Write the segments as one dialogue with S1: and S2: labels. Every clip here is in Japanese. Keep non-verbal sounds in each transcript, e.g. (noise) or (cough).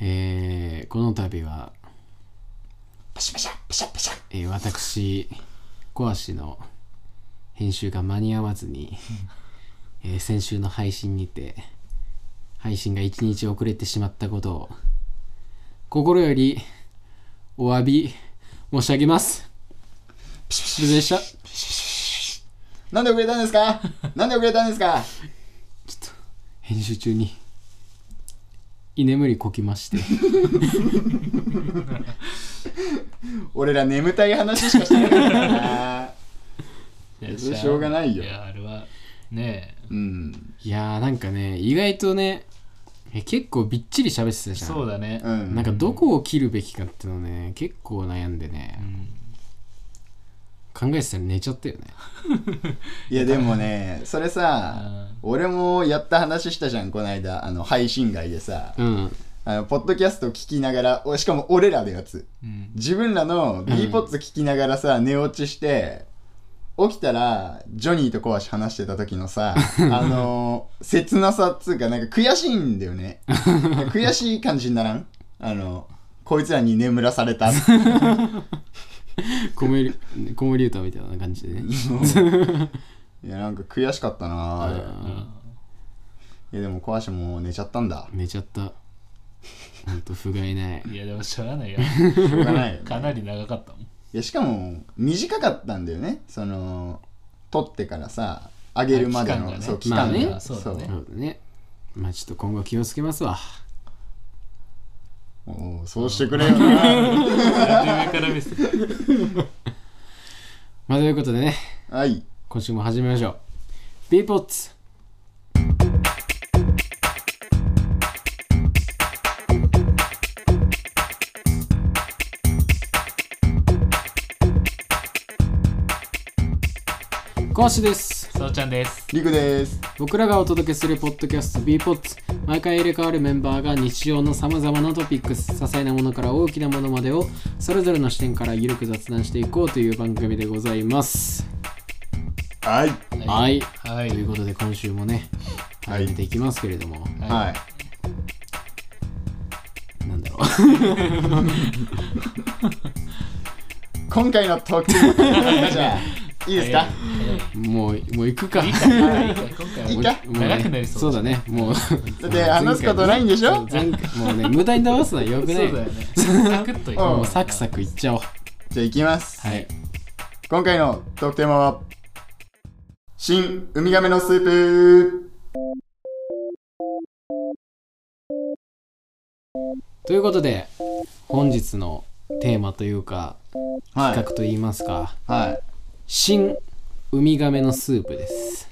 S1: えーこの度は、
S2: パシャパシャパシャパシャ
S1: えー私小足の編集が間に合わずに、えー先週の配信にて配信が1日遅れてしまったことを心よりお詫び申し上げます失礼でした
S2: なんで遅れたんですかなんで遅れたんですか
S1: 編集中に居眠りこきま
S3: (laughs)
S1: して
S2: 俺ら眠たい話しかしてないからなそれしょうがないいよ
S3: やあれはね
S2: うん
S1: いやーなんかね意外とねえ結構びっちり喋ってた
S3: え
S1: じゃん
S3: そうだね
S2: うん
S1: なんかどこを切るべきかってのね結構悩んでね、考えてたら寝ちゃったよね
S2: いやでもねそれさ俺もやった話したじゃんこの間あの配信外でさ
S1: うん
S2: あのポッドキャスト聞きながらおしかも俺らのやつ
S3: うん
S2: 自分らの B ポッツ聞きながらさ、寝落ちして起きたらジョニーとコアシ話してた時の
S3: (laughs)
S2: さあの切なさっつうかなんか悔しいんだよ
S3: (laughs)
S2: ね悔しい感じにならんあのこいつらに眠らされ
S3: (laughs)
S2: た
S1: 子守子守歌みたいな感じでね
S2: いやなんか悔しかったなあれ
S1: あ
S2: いやでもコアシもう寝ちゃったんだ
S1: ー寝ちゃったほんと不甲斐ない
S3: いやでもしょう
S2: (laughs)
S3: がないよ
S2: しょうがない
S3: (laughs)
S2: よね
S3: かなり長かったもん
S2: いやしかも短かったんだよねその取ってからさあげるまでの
S3: あ期
S2: そう期間が、
S3: 間がね
S1: まあね
S3: そうだ
S1: そ
S3: ね
S1: うだねまあちょっと今後気をつけますわ
S2: そうおうそうしてくれよな
S3: 初めから見せて
S1: まあということでね
S2: はい
S1: 今週も始めましょう B ポッツ講師です
S3: そうちゃんです
S2: りくです
S1: 僕らがお届けするポッドキャスト B ポッツ毎回入れ替わるメンバーが日常のさまざまなトピックス些細なものから大きなものまでをそれぞれの視点からゆるく雑談していこうという番組でございます
S2: はい
S1: はい
S3: はい
S1: ということで今週もね
S2: はい
S1: 始めていきますけれども、
S2: はい
S1: なんだろ
S2: 今回の特典じゃあいいですか
S1: う (laughs) もうもう行くか
S3: いいかいいか今回は
S2: 行く
S3: もう
S2: か
S1: もうね
S3: 長くなりそう
S1: だねもう
S2: だって話すことないんでしょ
S1: 前回もうね無駄に騙すのはよく
S3: そう
S1: ない
S3: だよねサクッといこう
S1: もうサクサクいっちゃおう
S2: じゃあいきます、
S1: はい
S2: 今回の特典は新ウミガメのスープ
S1: ということで本日のテーマというか
S2: はい
S1: 企画といいますか、
S2: はい
S1: 新ウミガメのスープ
S3: (laughs)
S1: です。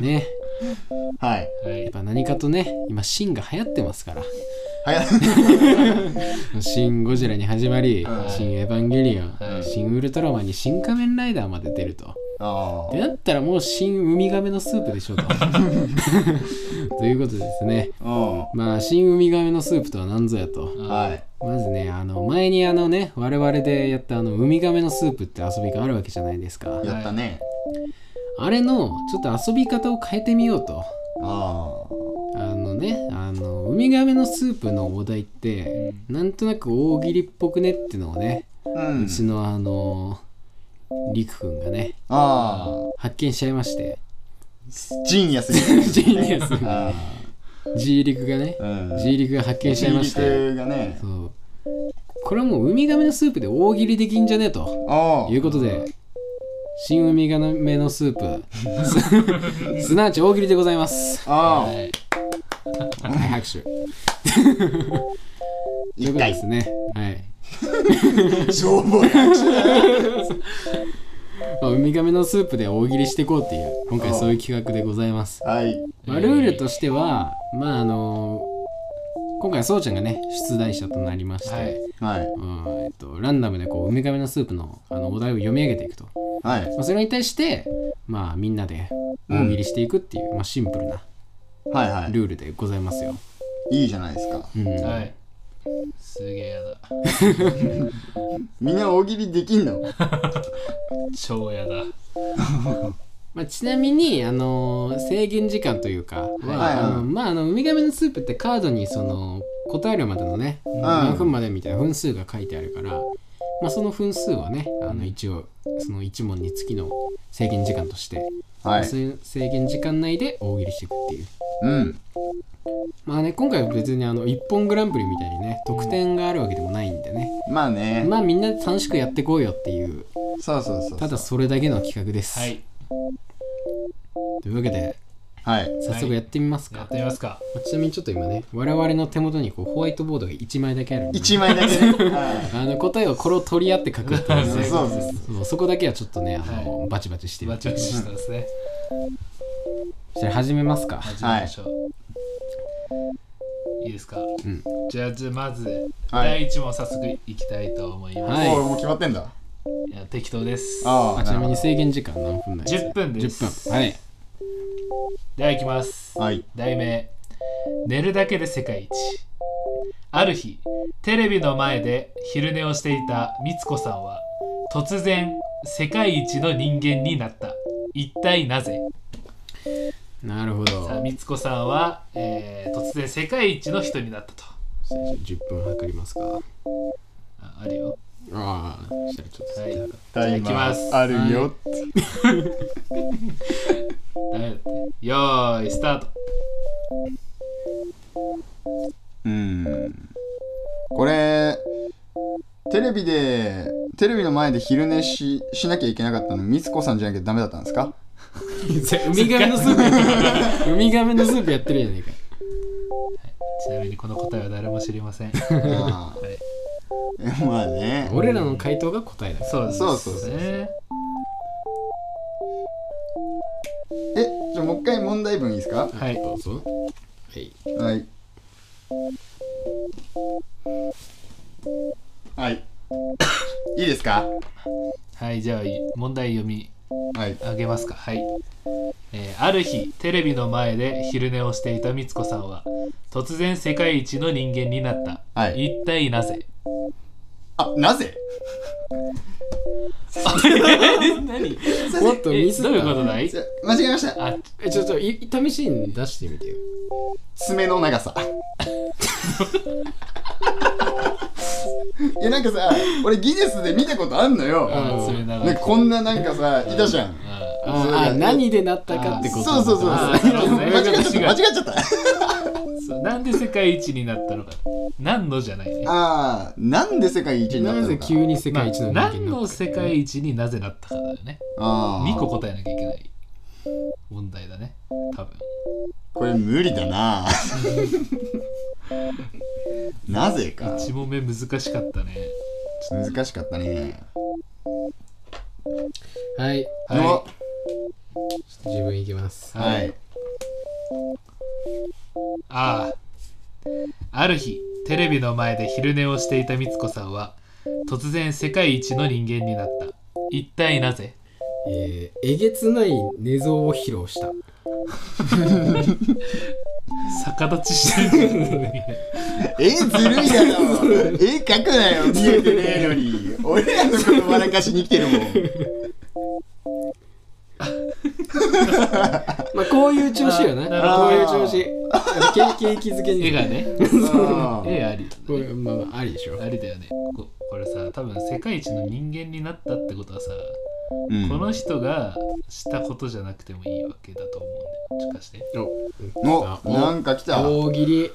S1: ね、
S2: はい
S3: はい
S1: やっぱ何かとね、今、新が流行ってますから。
S2: はい
S1: 新ゴジラに始まり、
S2: はい
S1: 新エヴァンゲリオン、
S3: はい
S1: 新ウルトラマンに新仮面ライダーまで出ると。
S2: あ
S1: でだったらもう新ウミガメのスープでしょと。ということでですね、
S2: あうん
S1: まあ、新ウミガメのスープとは何ぞやと。
S2: はい
S1: まずね、あの前にあのね、我々でやったあのウミガメのスープって遊びがあるわけじゃないですか。
S2: やったね
S1: あれのちょっと遊び方を変えてみようと。
S2: あ
S1: あのね、あのウミガメのスープのお題って、なんとなく大喜利っぽくねってのをね、
S2: あう
S1: うんちのあのりくくんがね
S2: ああ
S1: 発見しちゃいまして、
S2: ジーニアスに
S1: ジーニアス
S2: あ
S1: ジーリクがね、
S2: あうん
S1: ジーリクが発見しちゃいまし
S2: ジ
S1: て、
S2: ーリクがね
S1: そうこれはもうウミガメのスープで大喜利できんじゃねえと
S2: あ
S1: いうことで、新ウミガメのスー (laughs) プ、すすなわち大喜利でございます。
S2: ああ
S1: はい、拍手。という
S2: 一
S1: ことで
S2: 回
S1: すね。はい。
S2: 消防や
S1: まあ、ウミガメのスープで大喜利していこうっていう今回そういう企画でございます、
S2: はい
S1: まあ、ルールとしてはまああの今回そうちゃんがね出題者となりまして、
S3: はい
S2: はい
S1: うんえっと、ランダムでこうウミガメのスープのあのお題を読み上げていくと、
S2: はい
S1: まあ、それに対してまあみんなで大喜利していくっていう、まあ、シンプルな
S2: はいは
S1: ルールでございますよ、
S2: いいいじゃないですか
S1: うん
S3: はいすげえやだ
S2: みんな大喜利できんの
S3: 超やだ
S1: まあ、ちなみに、あのー制限時間というかは、
S2: はい
S1: あのまああのウミガメのスープってカードにその答えるまでのね、何分までみたいな分数が書いてあるから、まあ、その分数はねあの一応その1問につきの制限時間として、
S2: は
S1: そう
S2: い。
S1: いう制限時間内で大喜利していくっていう
S2: うん。
S1: まあね今回は別にあの一本グランプリみたいにね得点があるわけでもないんでね、
S2: まあね。
S1: まあみんなで楽しくやってこうよっていう
S2: そうそうそう。
S1: ただそれだけの企画です、
S3: はい。
S1: というわけで
S2: はい。
S1: 早速やってみますか、
S3: やってみますか。
S1: まあちなみにちょっと今ね我々の手元にこうホワイトボードが1枚だけあるんで
S2: 一枚だけね。
S1: (laughs)
S2: は
S1: あの答えをこれを取り合って書くってい
S2: い。
S1: う
S2: そ
S1: ね
S2: うそうそう。
S1: そうそこだけはちょっとねあの、バチバチしてる
S3: バチバチしたんですね。
S1: じゃあ始めますか
S3: 始めましょう。いいですか。
S1: ん
S3: じゃあ、じゃあまず、
S2: はい
S3: 第一問早速いきたいと思います。
S1: はい
S2: おお、もう決まってんだ。
S3: いや適当です。
S2: ああ、
S1: あちなみ
S2: る
S1: に制限時間何分なん
S3: 10分です
S1: 10分はい
S3: では行きます
S2: ほ。どはい。
S3: 題名寝るだけで世界一ある日テレビの前で昼寝をしていた光子さんは突然世界一の人間になった一体なぜ
S1: なるほど
S3: さあ光子さんは、えー突然世界一の人になったと
S1: じゃあ10分計りますか
S3: ああるよ
S1: ああそしたらちょっと
S3: はい
S1: 先
S2: タイ
S3: いき
S2: マ
S3: ま
S2: ー
S3: す
S2: あるよ。
S3: ダメだってよーいスタート
S2: うん。これ、テレビで、テレビの前で昼寝ししなきゃいけなかったの、みつこさんじゃなきゃダメだったんですか
S1: (laughs) ウミガメのスープやってるウミガメのスープやってるじゃないか
S3: (laughs) ちなみにこの答えは誰も知りませ
S1: (laughs)
S3: ん
S2: あ
S3: はい
S2: あ (laughs) まあね。
S1: 俺らの回答が答えだ
S3: そうですね
S2: そうそうそうそうえ、じゃあもう一回問題文いいですか
S3: はい
S1: どうぞはい
S2: はい。はい。 (coughs) いいですか
S3: はいじゃあ問題読み
S2: はい。
S3: あげますかはい、えーある日テレビの前で昼寝をしていた光子さんは突然世界一の人間になった、
S2: はい
S3: 一体なぜ
S2: あ、な
S3: (laughs)
S2: ぜ (laughs)
S3: 何
S1: もっとミス
S3: どういうこと
S1: だ
S3: だい
S2: じゃ間違えました。
S3: あ
S1: えちょっとい試しに出してみてよ
S2: 爪の長さ。いやなんかさ、俺ギネスで見たことあんのよ。
S3: あそれな
S2: なんかこんななんかさ、いたじゃん。
S3: あ
S1: あーあー何でなったかってこ
S2: そう
S1: と
S2: そうそうそう。
S3: あ
S2: 間
S3: なるほどね
S2: 違っちゃった。間違っちゃった。
S3: そうなんで世界一になったのか何のじゃないね
S2: ああ、なんで世界一になった
S1: な
S2: のか。
S1: ぜ急に世界一の人
S3: まあ
S1: 間
S3: 何
S1: にな
S3: の
S1: った
S3: 世界一になぜなったかだよね
S2: あ
S3: 2
S2: あ
S3: 個答えなきゃいけない問題だね多分
S2: これ無理だな。 (laughs) なぜか。
S3: 1問目難しかったね
S2: 難しかったね。
S1: はい
S3: はい
S1: ちょっ
S2: の
S1: と自分いきます
S2: はい。
S3: ああある日テレビの前で昼寝をしていた光子さんは突然世界一の人間になった一体なぜ
S1: えーえげつない寝相を披露した
S3: 逆立ちしてるんだね
S2: えずるいだ (laughs) ろ絵描くなよ見えてねえのに俺らのこと笑かしに来てるもん
S1: まあこういう調子よね
S3: あな
S1: こうい
S2: る
S1: う
S2: ほど
S1: 調子やっぱ景気景気づけに
S3: 絵がね
S2: あ (laughs) ー
S3: 絵ありだね
S1: これまあまあありでしょ
S3: ありだよねここれさ多分世界一の人間になったってことはさ、
S2: うん
S3: この人がしたことじゃなくてもいいわけだと思うんだよもしかしてい
S2: おなんか来た
S1: お大喜利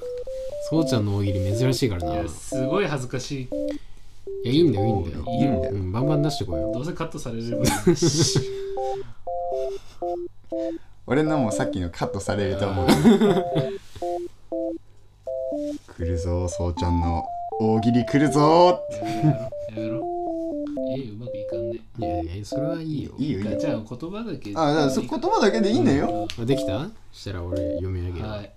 S1: そうちゃんの大喜利珍しいからない
S3: やすごい恥ずかしい
S1: いやいいんだよいいんだよ
S3: いいんだよ
S1: うん、バンバン出してこいよ
S3: どうせカットされれ
S2: (laughs)
S3: ばいいし
S2: 俺のもさっきのカットされると (laughs) 思う来るぞそうちゃんの大喜利来るぞ
S3: やろやろ絵うまくいかんね
S1: いやいやそれはいいよ
S2: いいよいいよ
S3: じゃあ言葉だけ
S2: あだからそ言葉だけでいいんだよ、
S1: あできたしたら俺読み上げる、
S3: はい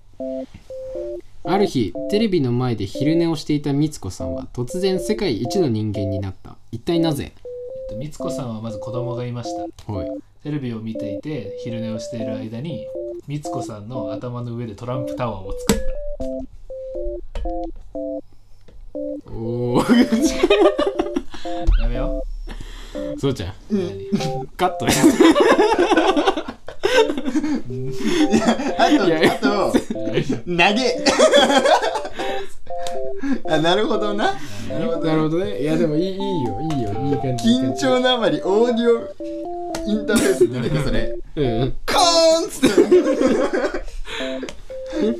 S1: ある日テレビの前で昼寝をしていた光子さんは突然世界一の人間になった一体なぜ
S3: えっと光子さんはまず子供がいました
S1: はい
S3: テレビを見ていて昼寝をしている間に光子さんの頭の上でトランプタワーを作っ
S1: おお
S3: たやめよう
S1: (laughs) そうちゃん
S3: 何
S1: カットや
S2: あ
S1: いや
S2: と、あと、投げ (laughs) あ、なるほどな。なるほど。
S1: (laughs) なるほどねいやでもいいいいよいいよいい感じいい
S2: 緊
S1: 感じ
S2: 張のあまりオーディオインターフェースに出てくそれ。
S1: うん
S2: コーンっつって。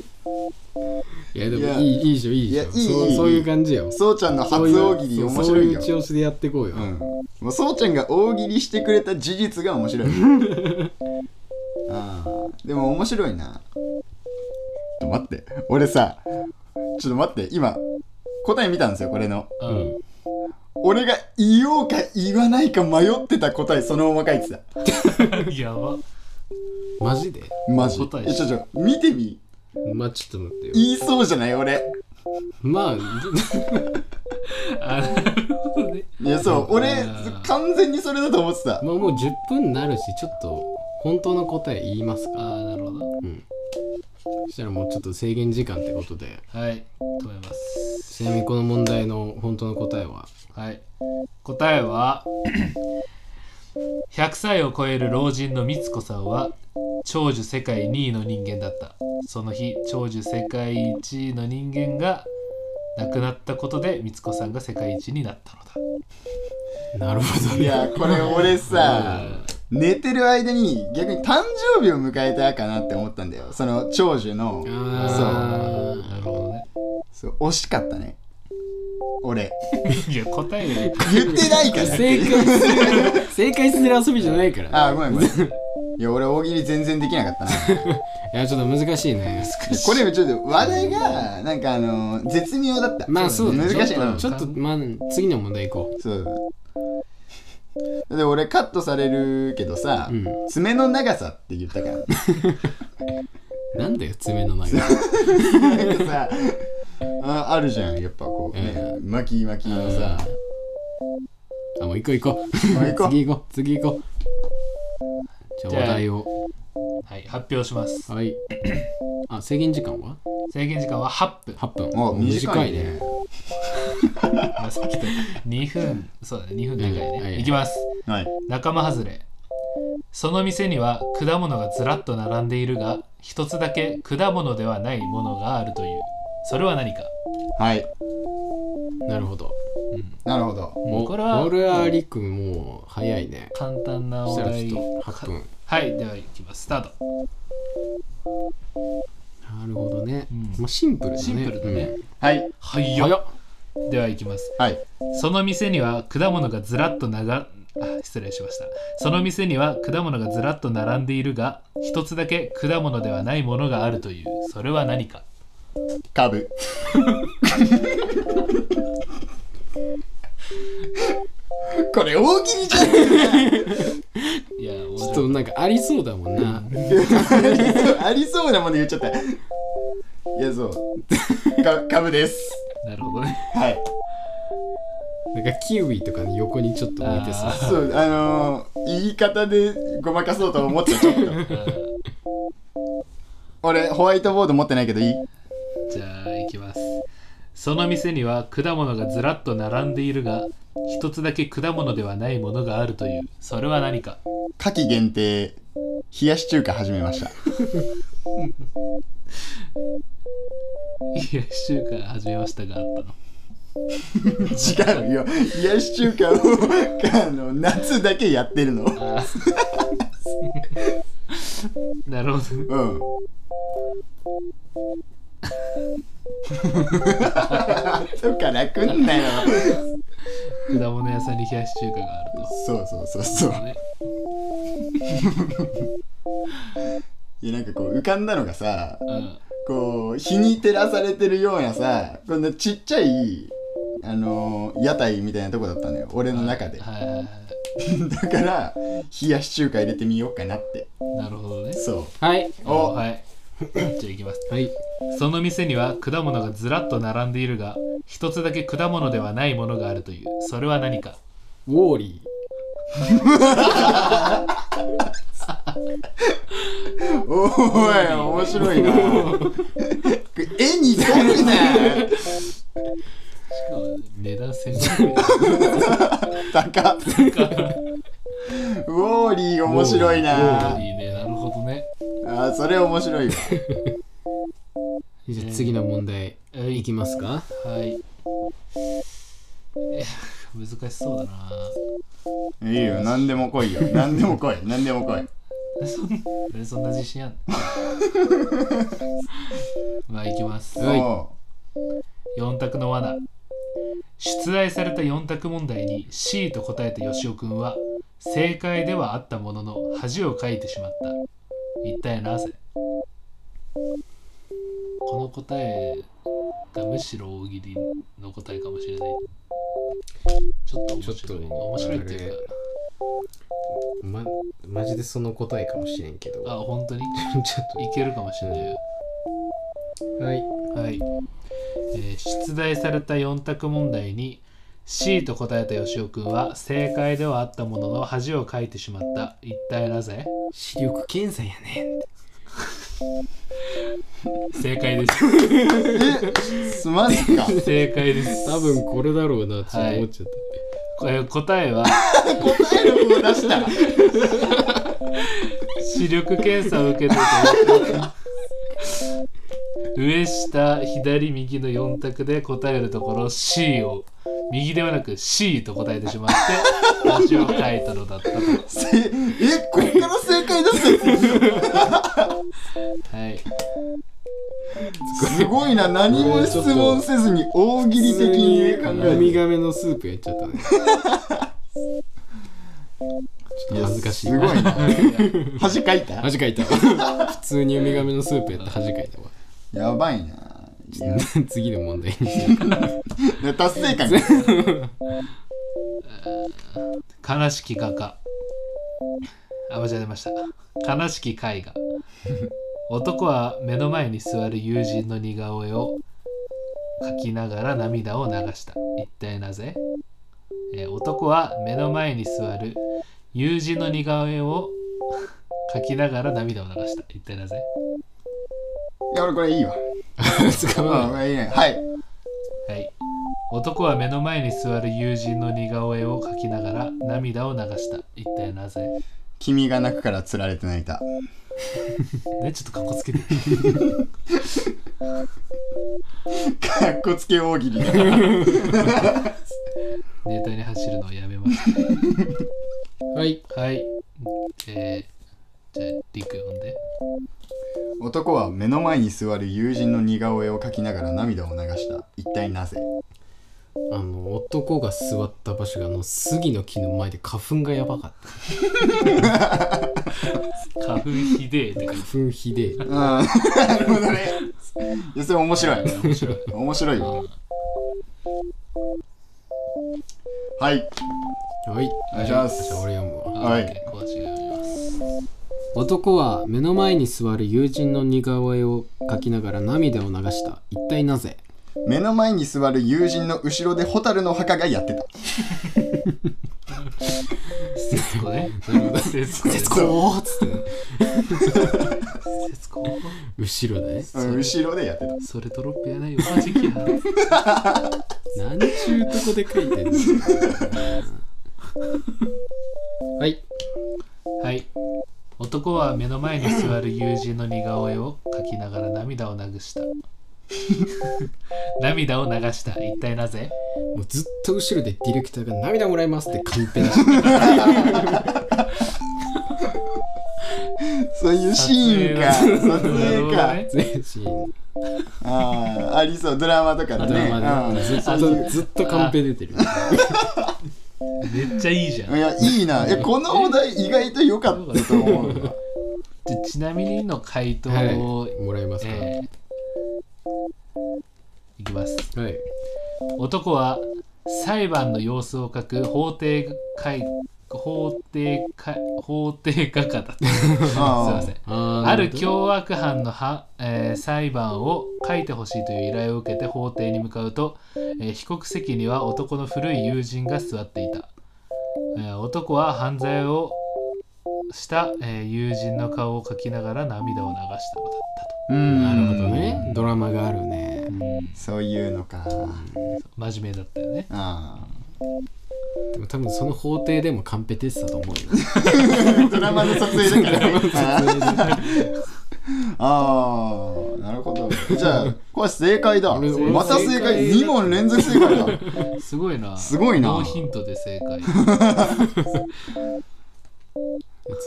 S1: いやで
S2: い
S1: も
S2: や
S1: いいいいじゃんいいじゃん
S2: いやいい
S1: そう
S2: いい
S1: そういう感じよ
S2: そうちゃんの初大喜利面
S1: そう
S2: 白
S1: い
S2: いうよ。
S1: 調子でやっていこうよ、
S2: うん。もうそうちゃんが大喜利してくれた事実が面白い。ああ、でも面白いな。ちょっと待って、俺さ、ちょっと待って、今、答え見たんですよ、これの。
S3: うん
S2: 俺が言おうか言わないか迷ってた答えそのまま書いてた。
S3: (laughs) やば。
S1: マジで
S2: マジ。
S3: 答え
S2: え、ちょちょ、見てみ。
S1: まあちょっと待ってよ
S2: 言いそうじゃない俺。
S1: まあ
S3: あ、なるほどね。
S2: いや、そう、俺
S3: あー、
S2: 完全にそれだと思ってた。
S1: まあもう10分になるしちょっと本当の答え言いますか
S3: あ、なるほど。
S1: うんそしたらもうちょっと制限時間ってことで
S3: はい、止めます。
S1: ちなみにこの問題の本当の答えは
S3: はい。答えは (coughs) 100歳を超える老人の美津子さんは長寿世界2位の人間だった。その日、長寿世界1位の人間が亡くなったことで美津子さんが世界一になったのだ。
S1: なるほど
S2: いや、これ俺
S1: (laughs)
S2: さ、
S3: あ
S2: 寝てる間に逆に誕生日を迎えたかなって思ったんだよ。その長寿の、
S1: あ
S3: ーなるほどね。
S2: そう、惜しかったね。俺。
S3: いや、答えが
S2: 言ってないか
S1: ー (laughs)
S2: ら。
S1: 正解する正解する遊びじゃないから
S2: あー、ごめんごめん。いや、俺大喜利全然できなかったな。
S1: (laughs) いやちょっと難しいね
S2: これちょっと話題が、なんかあのー、絶妙だった。
S1: まあそうだね
S2: 難しいな
S1: ちょっとちょっとまあ次の問題いこ
S2: そうだで俺カットされるけどさ、
S1: うん
S2: 爪の長さって言ったから
S1: (laughs) うなんだよ爪の長さ
S2: なんかさああるじゃんやっぱこうね、巻き巻きのさ、
S1: あもう行こう行こ
S2: もう行こ
S1: う
S2: う
S1: 次行こう次行こうじ
S3: じ
S1: ゃ
S3: ゃ
S1: あ
S3: あ
S1: お題を
S3: はい、発表します。 (clears throat)
S1: はいあ制限時間は
S3: 制限時間は8分。
S1: 8分
S2: お短
S1: 短
S2: い
S1: いね
S2: ね
S3: まあさっきと2分、そうだね、2分長い
S1: うんはい
S3: ね。いきます。
S2: はい
S3: 仲間外れその店には果物がずらっと並んでいるが一つだけ果物ではないものがあるというそれは何か、
S2: はい
S1: なるほど
S3: うん
S2: なるほど
S1: お
S3: これは
S1: これはりくんもう早いね
S3: 簡単な
S1: そし
S3: お
S1: たら
S3: 題
S1: ちょっと8分
S3: はいではいきますスタート
S1: なるほどね、
S3: うん
S1: まあシンプルだね
S3: シンプルだね、
S2: はい
S3: はい
S1: うん早
S3: よ
S1: っ
S3: ではいきます
S2: はい
S3: その店には果物がずらっとながあ失礼しましたその店には果物がずらっと並んでいるが一つだけ果物ではないものがあるというそれは何か
S2: カブ (laughs) これ大喜利じゃん
S3: いや
S1: ちょっとなんかありそうだもんな、
S2: ありそうなもの言っちゃったいやそうかカブです
S3: なるほどね
S2: はい
S1: なんかキウイとかに横にちょっと置いてさ
S3: あ
S2: そう、あのー、言い方でごまかそうと思ってちょっと。
S3: うん
S2: 俺、ホワイトボード持ってないけどいい
S3: じゃあ行きますその店には果物がずらっと並んでいるが一つだけ果物ではないものがあるというそれは何か
S2: 夏季限定、冷やし中華始めました。
S3: いや一週間始めましたがあったの
S2: 違うよ。冷やし中華を、あの、夏だけやってるの。
S3: あーなるほどね
S2: うん。後から来んなよ。
S3: 果物屋さんに冷やし中華がある
S2: そうそうそうそう。
S3: とね
S2: いや、なんかこう、浮かんだのがさ、
S3: うん
S2: こう日に照らされてるようなさこんなちっちゃいあのー屋台みたいなとこだったのよ俺の中でだ
S3: はいはいはいは
S2: から冷やし中華入れてみようかなって
S3: いなるほどね
S2: そ
S1: はい
S2: お
S3: はいじゃあ行きます
S1: はい
S3: その店には果物がずらっと並んでいるが一つだけ果物ではないものがあるというそれは何か
S1: ウォーリ
S2: うおーい面白いな絵に出るね
S3: 値段1000円
S2: 高っ
S3: か
S2: 白いな
S3: ーいいねなるほどね
S2: あーそれ面白いわ
S1: じゃあ次の問題
S3: はい
S1: きますか
S3: はいえ難しそうだない
S2: いよ何でも来いよ何でも来い何でも来い
S3: そんなんでそんな自信
S1: (laughs)
S3: あんのまあいきます
S1: はい
S2: お
S3: 4択の罠出題された4択問題に C と答えたよしおくんは正解ではあったものの恥をかいてしまった一体なぜこの答えがむしろ大喜利の答えかもしれないちょっと面白い
S1: ちょっと
S3: 面白いっていう
S1: まマジでその答えかもしれんけど
S3: かあ本当に
S1: (laughs) ちょっ
S3: いけるかもしれないよ
S1: とはい
S3: はい、えー出題された4択問題に C と答えたよしおくんは正解ではあったものの恥をかいてしまった一体なぜ
S1: 視力検査やね
S3: 正解です
S2: うすまんすか
S3: 正解です
S1: 多分これだろうなって
S3: はい
S1: 思っちゃった、
S3: これ答えは
S2: 答える方出したら
S3: 視力検査を受けてた上下左右の4択で答えるところ C を右ではなく C と答えてしまって恥をかいたのだったと
S2: せえこっから正解出す
S3: はい
S2: すごいな何も質問せずに大喜利的に考
S1: ウミ
S2: えて
S1: ガメのスープやっちゃ (laughs) ったねちょっと恥ずかしい
S2: すごいな
S3: い
S2: 恥かいた
S1: 恥かいた普通にウミガメのスープやった恥かいたわ
S2: やばいな
S1: (laughs) 次の問題に
S2: 達成感が
S3: 悲しき画家あ間違えました悲しき絵画男は目の前に座る友人の似顔絵を描きながら涙を流した一体なぜ、えー男は目の前に座る友人の似顔絵を描きながら涙を流した一体なぜ
S2: いや俺これいいわ
S1: 捕
S2: うん
S1: ま
S2: これいいねはい
S3: はい男は目の前に座る友人の似顔絵を描きながら涙を流した一体なぜ
S2: 君が泣くからつられて泣いた
S3: ねちょっとかっこつけて
S2: かっこつけ大喜利だ
S3: ネタに走るのをやめまし
S1: うはい
S3: た (laughs) はいえー、じゃあリク呼んで
S2: 男は目の前に座る友人の似顔絵を描きながら涙を流した一体なぜ
S1: あの男が座った場所があの杉の木の前で花粉がやばかった
S3: 花粉ひでえって書いて
S1: 花粉ひでえ
S2: うん (laughs) なるほどねいやそれ面白い
S3: 面白い
S2: 面白いわは
S1: は
S2: い
S1: い
S2: お願いします
S1: じゃあ俺読むわ
S3: あ
S2: はい
S3: オッケー小橋が読みます
S1: 男は目の前に座る友人の似顔絵を描きながら涙を流した一体なぜ
S2: 目の前に座る友人の後ろで蛍の墓がやってた
S3: 節子 (laughs) ね節子ね
S1: 節子っつってね
S3: 節子
S1: 後ろだね
S2: うん後ろでやってた
S3: それドロップやないよマジキや
S1: 何ちゅうとこで描いてんのはい
S3: はい男は目の前に座る友人の似顔絵を描きながら涙を流した涙を流した一体なぜ
S1: もうずっと後ろでディレクターが涙もらいますってカンペ出して
S2: そういうシーンか
S3: 撮
S2: 撮
S3: なるほ
S2: 影
S3: ど
S2: か、
S3: ね
S1: 全シーン
S2: あーありそうドラマとかでね
S1: ドラマでずっ
S2: うんそうい
S1: とずっとカンペ出てる
S3: めっちゃいいじゃん
S2: ういやいいなえこのお題意外と良かったと思うわ
S3: じゃちなみにの回答
S1: はい
S3: を、
S1: もらえますか、
S3: えーいきます
S1: はい
S3: 男は裁判の様子を書く法廷会法廷会法廷画家だ (laughs) ったすい
S2: あ
S3: ま
S2: ー
S3: せん
S1: あー
S3: ある
S1: なほど
S3: 凶悪犯のは、えー裁判を書いてほしいという依頼を受けて法廷に向かうと、えー被告席には男の古い友人が座っていた、えー男は犯罪をした、えー友人の顔を描きながら涙を流したのだったと
S2: うん
S1: なるほどねドラマがあるね
S2: そういうのか
S3: 真面目だったよね
S2: あ
S1: でも多分その法廷でもカンペ出てたと思うよ
S2: (laughs) ドラマの撮影だからね。
S1: (laughs)
S2: ああ、なるほど。じゃあ、これ正解だ。
S1: 俺俺
S2: また正解。2問連続正解だ。
S3: すごいな
S2: すごいな
S3: ノーヒントで正解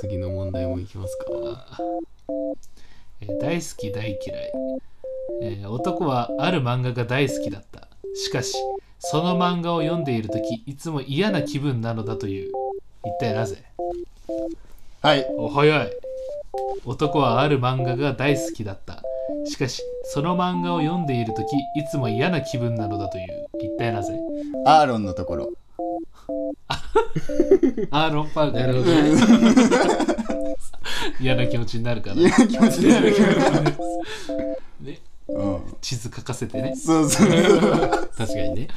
S1: 次の問題もいきますか
S3: えー大好き大嫌い、えー男はある漫画が大好きだったしかしその漫画を読んでいる時いつも嫌な気分なのだという一体なぜ
S2: はい。
S3: お早い男はある漫画が大好きだったしかしその漫画を読んでいる時いつも嫌な気分なのだという一体なぜ
S2: アーロンのところ。
S3: アーロン・パーク
S1: なるほどね
S3: (laughs) 嫌な気持ちになるから
S1: (laughs)
S2: 嫌な気持ちになるけど。
S3: ね
S2: うん。
S3: 地図書かせてね
S2: そうそうそう。
S1: 確かにね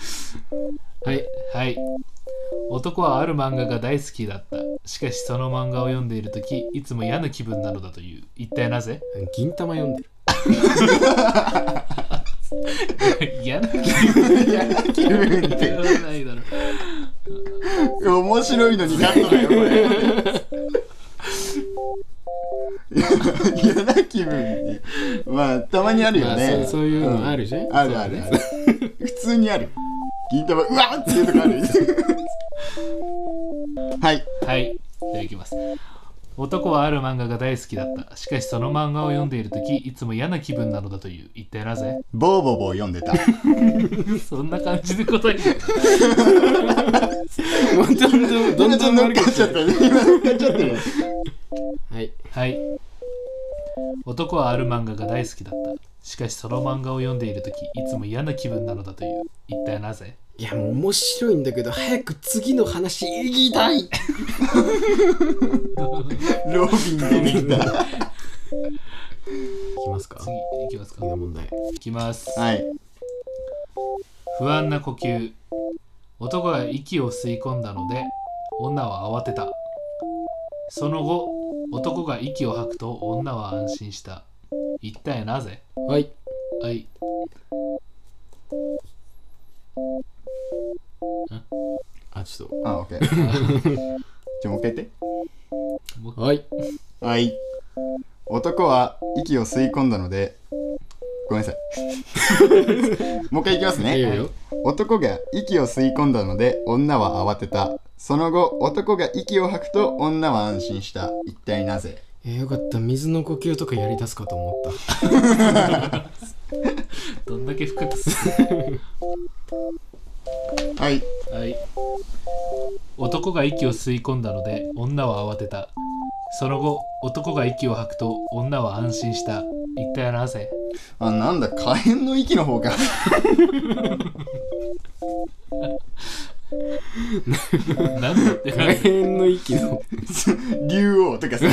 S1: はい
S3: はい男はある漫画が大好きだったしかしその漫画を読んでいる時いつも嫌な気分なのだという一体なぜ (laughs)
S1: 銀玉読んでる
S3: 嫌な気分
S2: 嫌な気分っ
S3: (laughs) な
S2: て。
S3: らないだろ
S2: 面白いのにカットだよ、これ。嫌な気分って。まあ、たまにあるよね。
S1: まあ、そうそういうのあるじゃん、
S2: うんあるあるある。普通にある。銀玉、うわっっていうとこある。 (laughs) はい。
S3: はいじゃあいきます男はある漫画が大好きだったしかしその漫画を読んでいる時いつも嫌な気分なのだという一体なぜ (laughs)
S2: ボーボーボー読んでた。
S3: そんな感じで答えてる
S1: もうどんどんど
S2: どん
S1: んど
S2: ど
S1: ん
S2: ん乗
S1: 乗
S2: っ
S1: る
S2: かっちゃったね。今乗っかっちゃってる。
S1: はい
S3: はい男はある漫画が大好きだったしかしその漫画を読んでいる時いつも嫌な気分なのだという一体なぜ
S1: いやもう面白いんだけど早く次の話行きたい
S2: ロビン出て
S1: (laughs)
S2: きた。
S1: いきますか
S3: 次いきますか
S1: 次の問題
S3: いきます
S2: はい。
S3: 不安な呼吸男が息を吸い込んだので女は慌てたその後男が息を吐くと女は安心した一体なぜ
S1: はい
S3: はい
S1: あちょっと
S2: あ、オッケー。じゃあもう一回言って。
S1: はい
S2: はい。男は息を吸い込んだので、ごめんなさい。
S1: (laughs)
S2: もう一回いきます
S1: いい
S2: ね。
S1: よ
S2: 男が息を吸い込んだので、女は慌てた。その後、男が息を吐くと、女は安心した。一体なぜ
S1: えーよかった水の呼吸とかやりだすかと思っ
S3: どんだけ深くす
S2: はい。
S3: はい男が息を吸い込んだので女は慌てたその後男が息を吐くと女は安心した一体なぜ
S2: あ、なんだ、火炎の息の方か。 (laughs)
S3: なんだって
S1: た (laughs) 火炎の息の
S2: 竜王とかさ。 (laughs)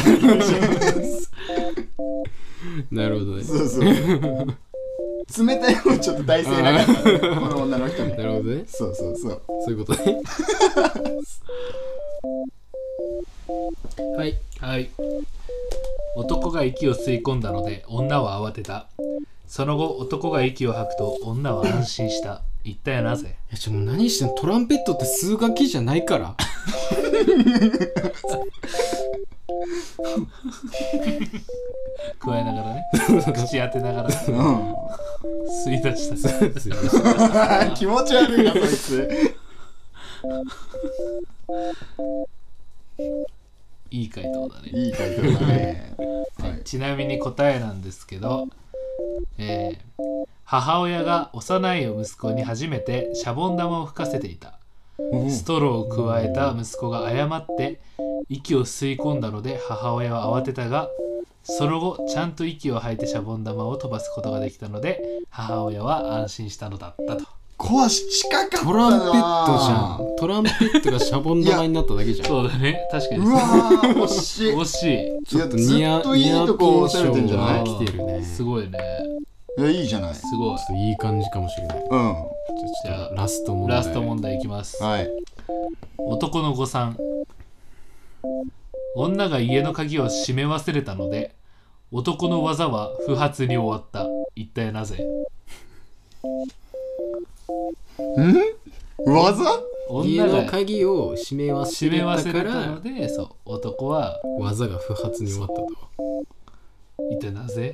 S1: なるほどね
S2: そうそう。冷たい方ちょっと体勢なかったね、この女の人
S1: な
S2: ね。
S1: るほどね
S2: そうそうそう。
S1: そういうことねはい
S3: はい男が息を吸い込んだので女は慌てたその後男が息を吐くと女は安心した一体なぜ
S1: えちょもう何してんのトランペットって数楽器じゃないから (laughs)
S3: 加えながらね口当てながら
S2: う
S3: 吸
S2: ん。
S3: い出した
S1: すいません
S2: (laughs) 気持ち悪いな、こいつ。
S3: いい回答だね、
S2: いい回答だね。はい。
S3: ちなみに答えなんですけど、えー母親が幼い息子に初めてシャボン玉を吹かせていたストローを加えた息子が誤って息を吸い込んだので母親は慌てたがその後ちゃんと息を吐いてシャボン玉を飛ばすことができたので母親は安心したのだったと
S2: 壊し近かったな
S1: トランペットじゃんトラ
S2: (laughs)
S1: ンペットがシャボン玉になっただけじゃん
S3: そうだね確かに
S2: うわー惜しい
S3: 惜しい
S2: いやずっといいとこ押されてんじゃない
S1: ニアピン賞が来てるね
S3: すごいね
S2: いやいいじゃない
S3: すごい
S1: ちょっといい感じかもしれない。
S2: うん
S1: じゃあ、ラスト問題。
S3: ラスト問題いきます
S2: はい
S3: 男の誤算女が家の鍵を閉め忘れたので男の技は不発に終わった一体なぜ
S2: 技
S1: 家
S3: 女
S1: の
S3: が
S1: 鍵を閉め
S3: 閉
S1: 忘れ
S3: め忘
S1: たか
S3: れた
S1: ら
S3: のでそう男は
S1: 技が不発に終わったと
S3: 一体なぜ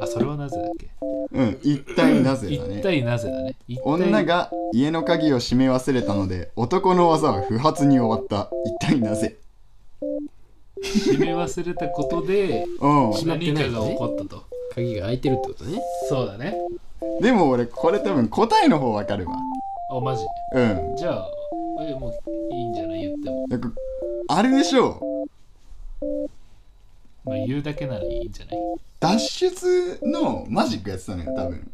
S3: あそれはなぜだっけ
S2: うん一体なぜだ
S3: 一
S2: ね
S3: 体なぜだね一体
S2: 女が家の鍵を閉め忘れたので男の技は不発に終わった一体なぜ
S3: 閉め忘れたことで
S2: うん
S1: 閉まって
S3: 何
S1: な
S3: か
S1: いの
S3: が
S1: ね
S3: 起こったと
S1: 鍵が開いてるってことね
S3: そうだね
S2: でも俺これ多分答えの方わかるわ
S3: おマジ
S2: うん
S3: じゃあえもういいんじゃない言っても、
S2: なんかあれでしょ
S3: まあ、言うだけならいいんじゃない
S2: 脱出のマジックやってたのよ多分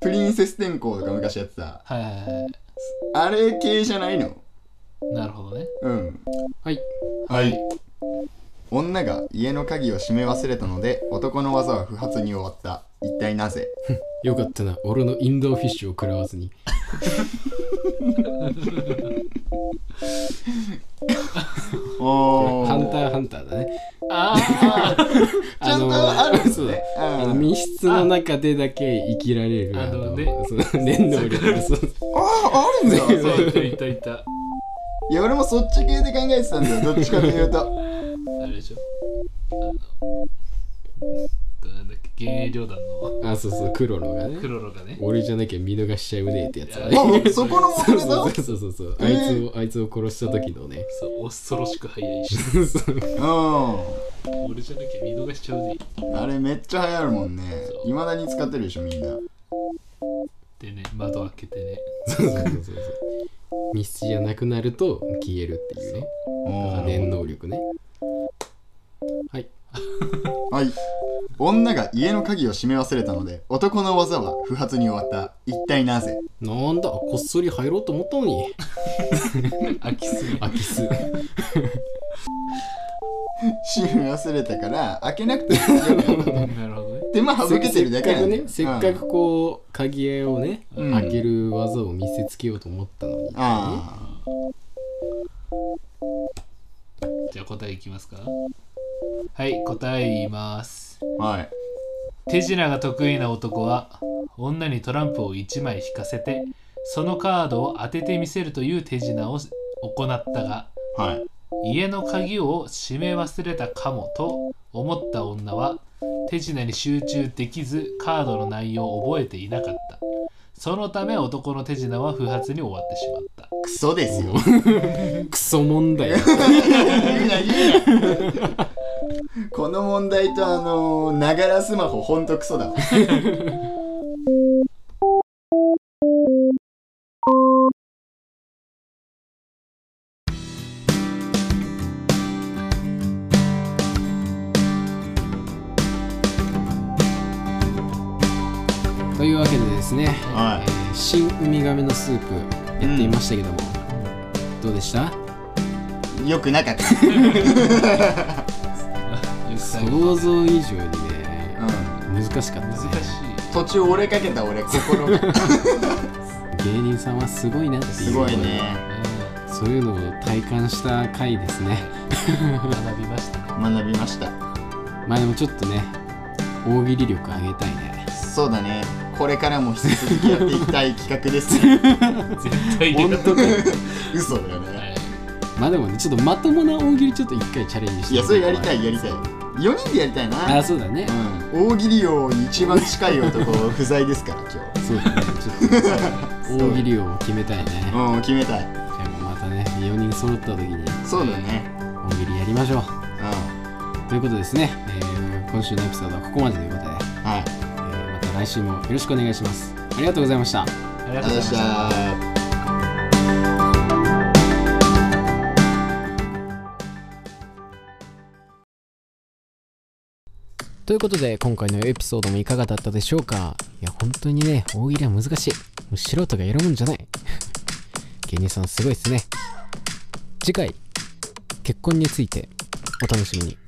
S2: プリンセス天候とか昔やってた
S3: はいはいは
S2: あれ系じゃないの
S3: いなるほどね
S2: うん
S1: はい
S2: はい女が家の鍵を閉め忘れたので男の技は不発に終わった一体なぜ
S1: よかったな俺のインドーフィッシュを食らわずに
S2: お
S1: ハンターハンターだね
S3: ああ
S2: ちゃんとあるん
S1: (laughs)
S2: ですね
S1: あ
S2: う
S1: の
S2: ん
S1: 密室の中でだけ生きられる
S3: あ
S1: あ
S3: あの
S1: の
S3: ね
S1: そう念能力がそう
S2: ああるんだ
S3: (laughs) そう
S2: それ
S3: いたいたいた
S2: (laughs) いや俺もそっち系で考えてたん
S1: (laughs)
S2: だよどっちかというと
S3: あれでしょあのなんだっけ幻影旅団の
S1: あそうそう黒のがね
S3: クロロがね
S1: 俺じゃなきゃ見逃しちゃうねってやつだ
S3: いや
S1: ね
S2: あそこの元ネ
S1: そう
S2: タ
S1: そうそうそうあいつをあいつを殺した時のね
S3: そう恐ろしく早いし
S2: う
S3: 俺じゃなきゃ見逃しちゃうね
S2: んあれめっちゃ流行るもんね
S3: そう
S2: いまだに使ってるでしょみんな
S3: でね窓開けてね
S1: そうそうそうそうそう密室じゃなくなると消えるっていうね
S2: おー
S1: 念能力ねはい
S2: はい女が家の鍵を閉め忘れたので男の技は不発に終わった一体なぜ (laughs)
S1: なんだこっそり入ろうと思ったのに
S3: 飽きすぎ
S1: 空き巣
S2: 閉め忘れたから開けなくてもいいよ
S1: (laughs)
S2: ってこと
S3: なるほどね
S2: 手間省けてるだけ
S1: せっか
S2: な
S1: く
S2: んだ
S1: ねせっかくこう鍵をね、
S2: うん
S1: 開ける技を見せつけようと思ったのに、ね、
S2: あ
S3: じゃあ答えいきますかはい答え言います
S2: あはい
S3: 手品が得意な男は女にトランプを1枚引かせてそのカードを当ててみせるという手品を行ったが
S2: はい
S3: 家の鍵を閉め忘れたかもと思った女は手品に集中できずカードの内容を覚えていなかったそのため男の手品は不発に終わってしまった
S2: クソですよ
S1: クソ問題
S2: (laughs)
S1: だ
S2: 言うな言うなこの問題とあのーながらスマホほんとクソだわ
S1: というわけでですね、
S2: はい
S1: えー新ウミガメのスープやってみましたけども、どうでした
S2: よくなかった、
S3: よく最後
S1: 想像以上に
S2: う
S1: ね難
S2: ん、
S1: しかったね
S3: 難しい
S2: 途中折れかけた俺心が
S1: 芸人さんはすごいなっていう
S2: (laughs) すごいね
S1: そういうのを体感した回ですね
S3: うん学びま
S1: (laughs)
S3: したね
S2: 学びました
S1: まあでもちょっとね大喜利力上げたいね
S2: そうだねこれからも引き続きやっていきたい企画ですね
S3: 絶対
S1: 本
S3: 出た
S1: 当かよ
S2: (laughs) 嘘だよ
S3: は
S2: ね
S3: い
S1: まあでもねちょっとまともな大喜利ちょっと一回チャレンジしてみ
S2: いやそれやりたいやり
S1: たい
S2: たい4人でやりたいな
S1: あそうだね、
S2: うん、大喜利王に一番近い男不在ですから今
S1: そうだねちょっとね大喜利を決めたいねじゃ
S2: 日 (laughs) うん決めたい
S1: あまたね4人揃った時に
S2: そうだね
S1: 大喜利やりましょう
S2: うん
S1: ということですね、えー今週のエピソードはここまでということで、
S2: はい
S1: えーまた来週もよろしくお願いしますありがとうございました
S3: あり
S2: あ
S3: が
S2: り
S3: と
S2: がとう
S3: うご
S2: ご
S3: ざ
S2: ざ
S3: い
S2: い
S3: ま
S2: ま
S3: し
S2: したた
S1: ということで今回のエピソードもいかがだったでしょうかいや本当にね大喜利は難しいもう素人がやるもんじゃない (laughs) 芸人さんすごいっすね次回結婚についてお楽しみに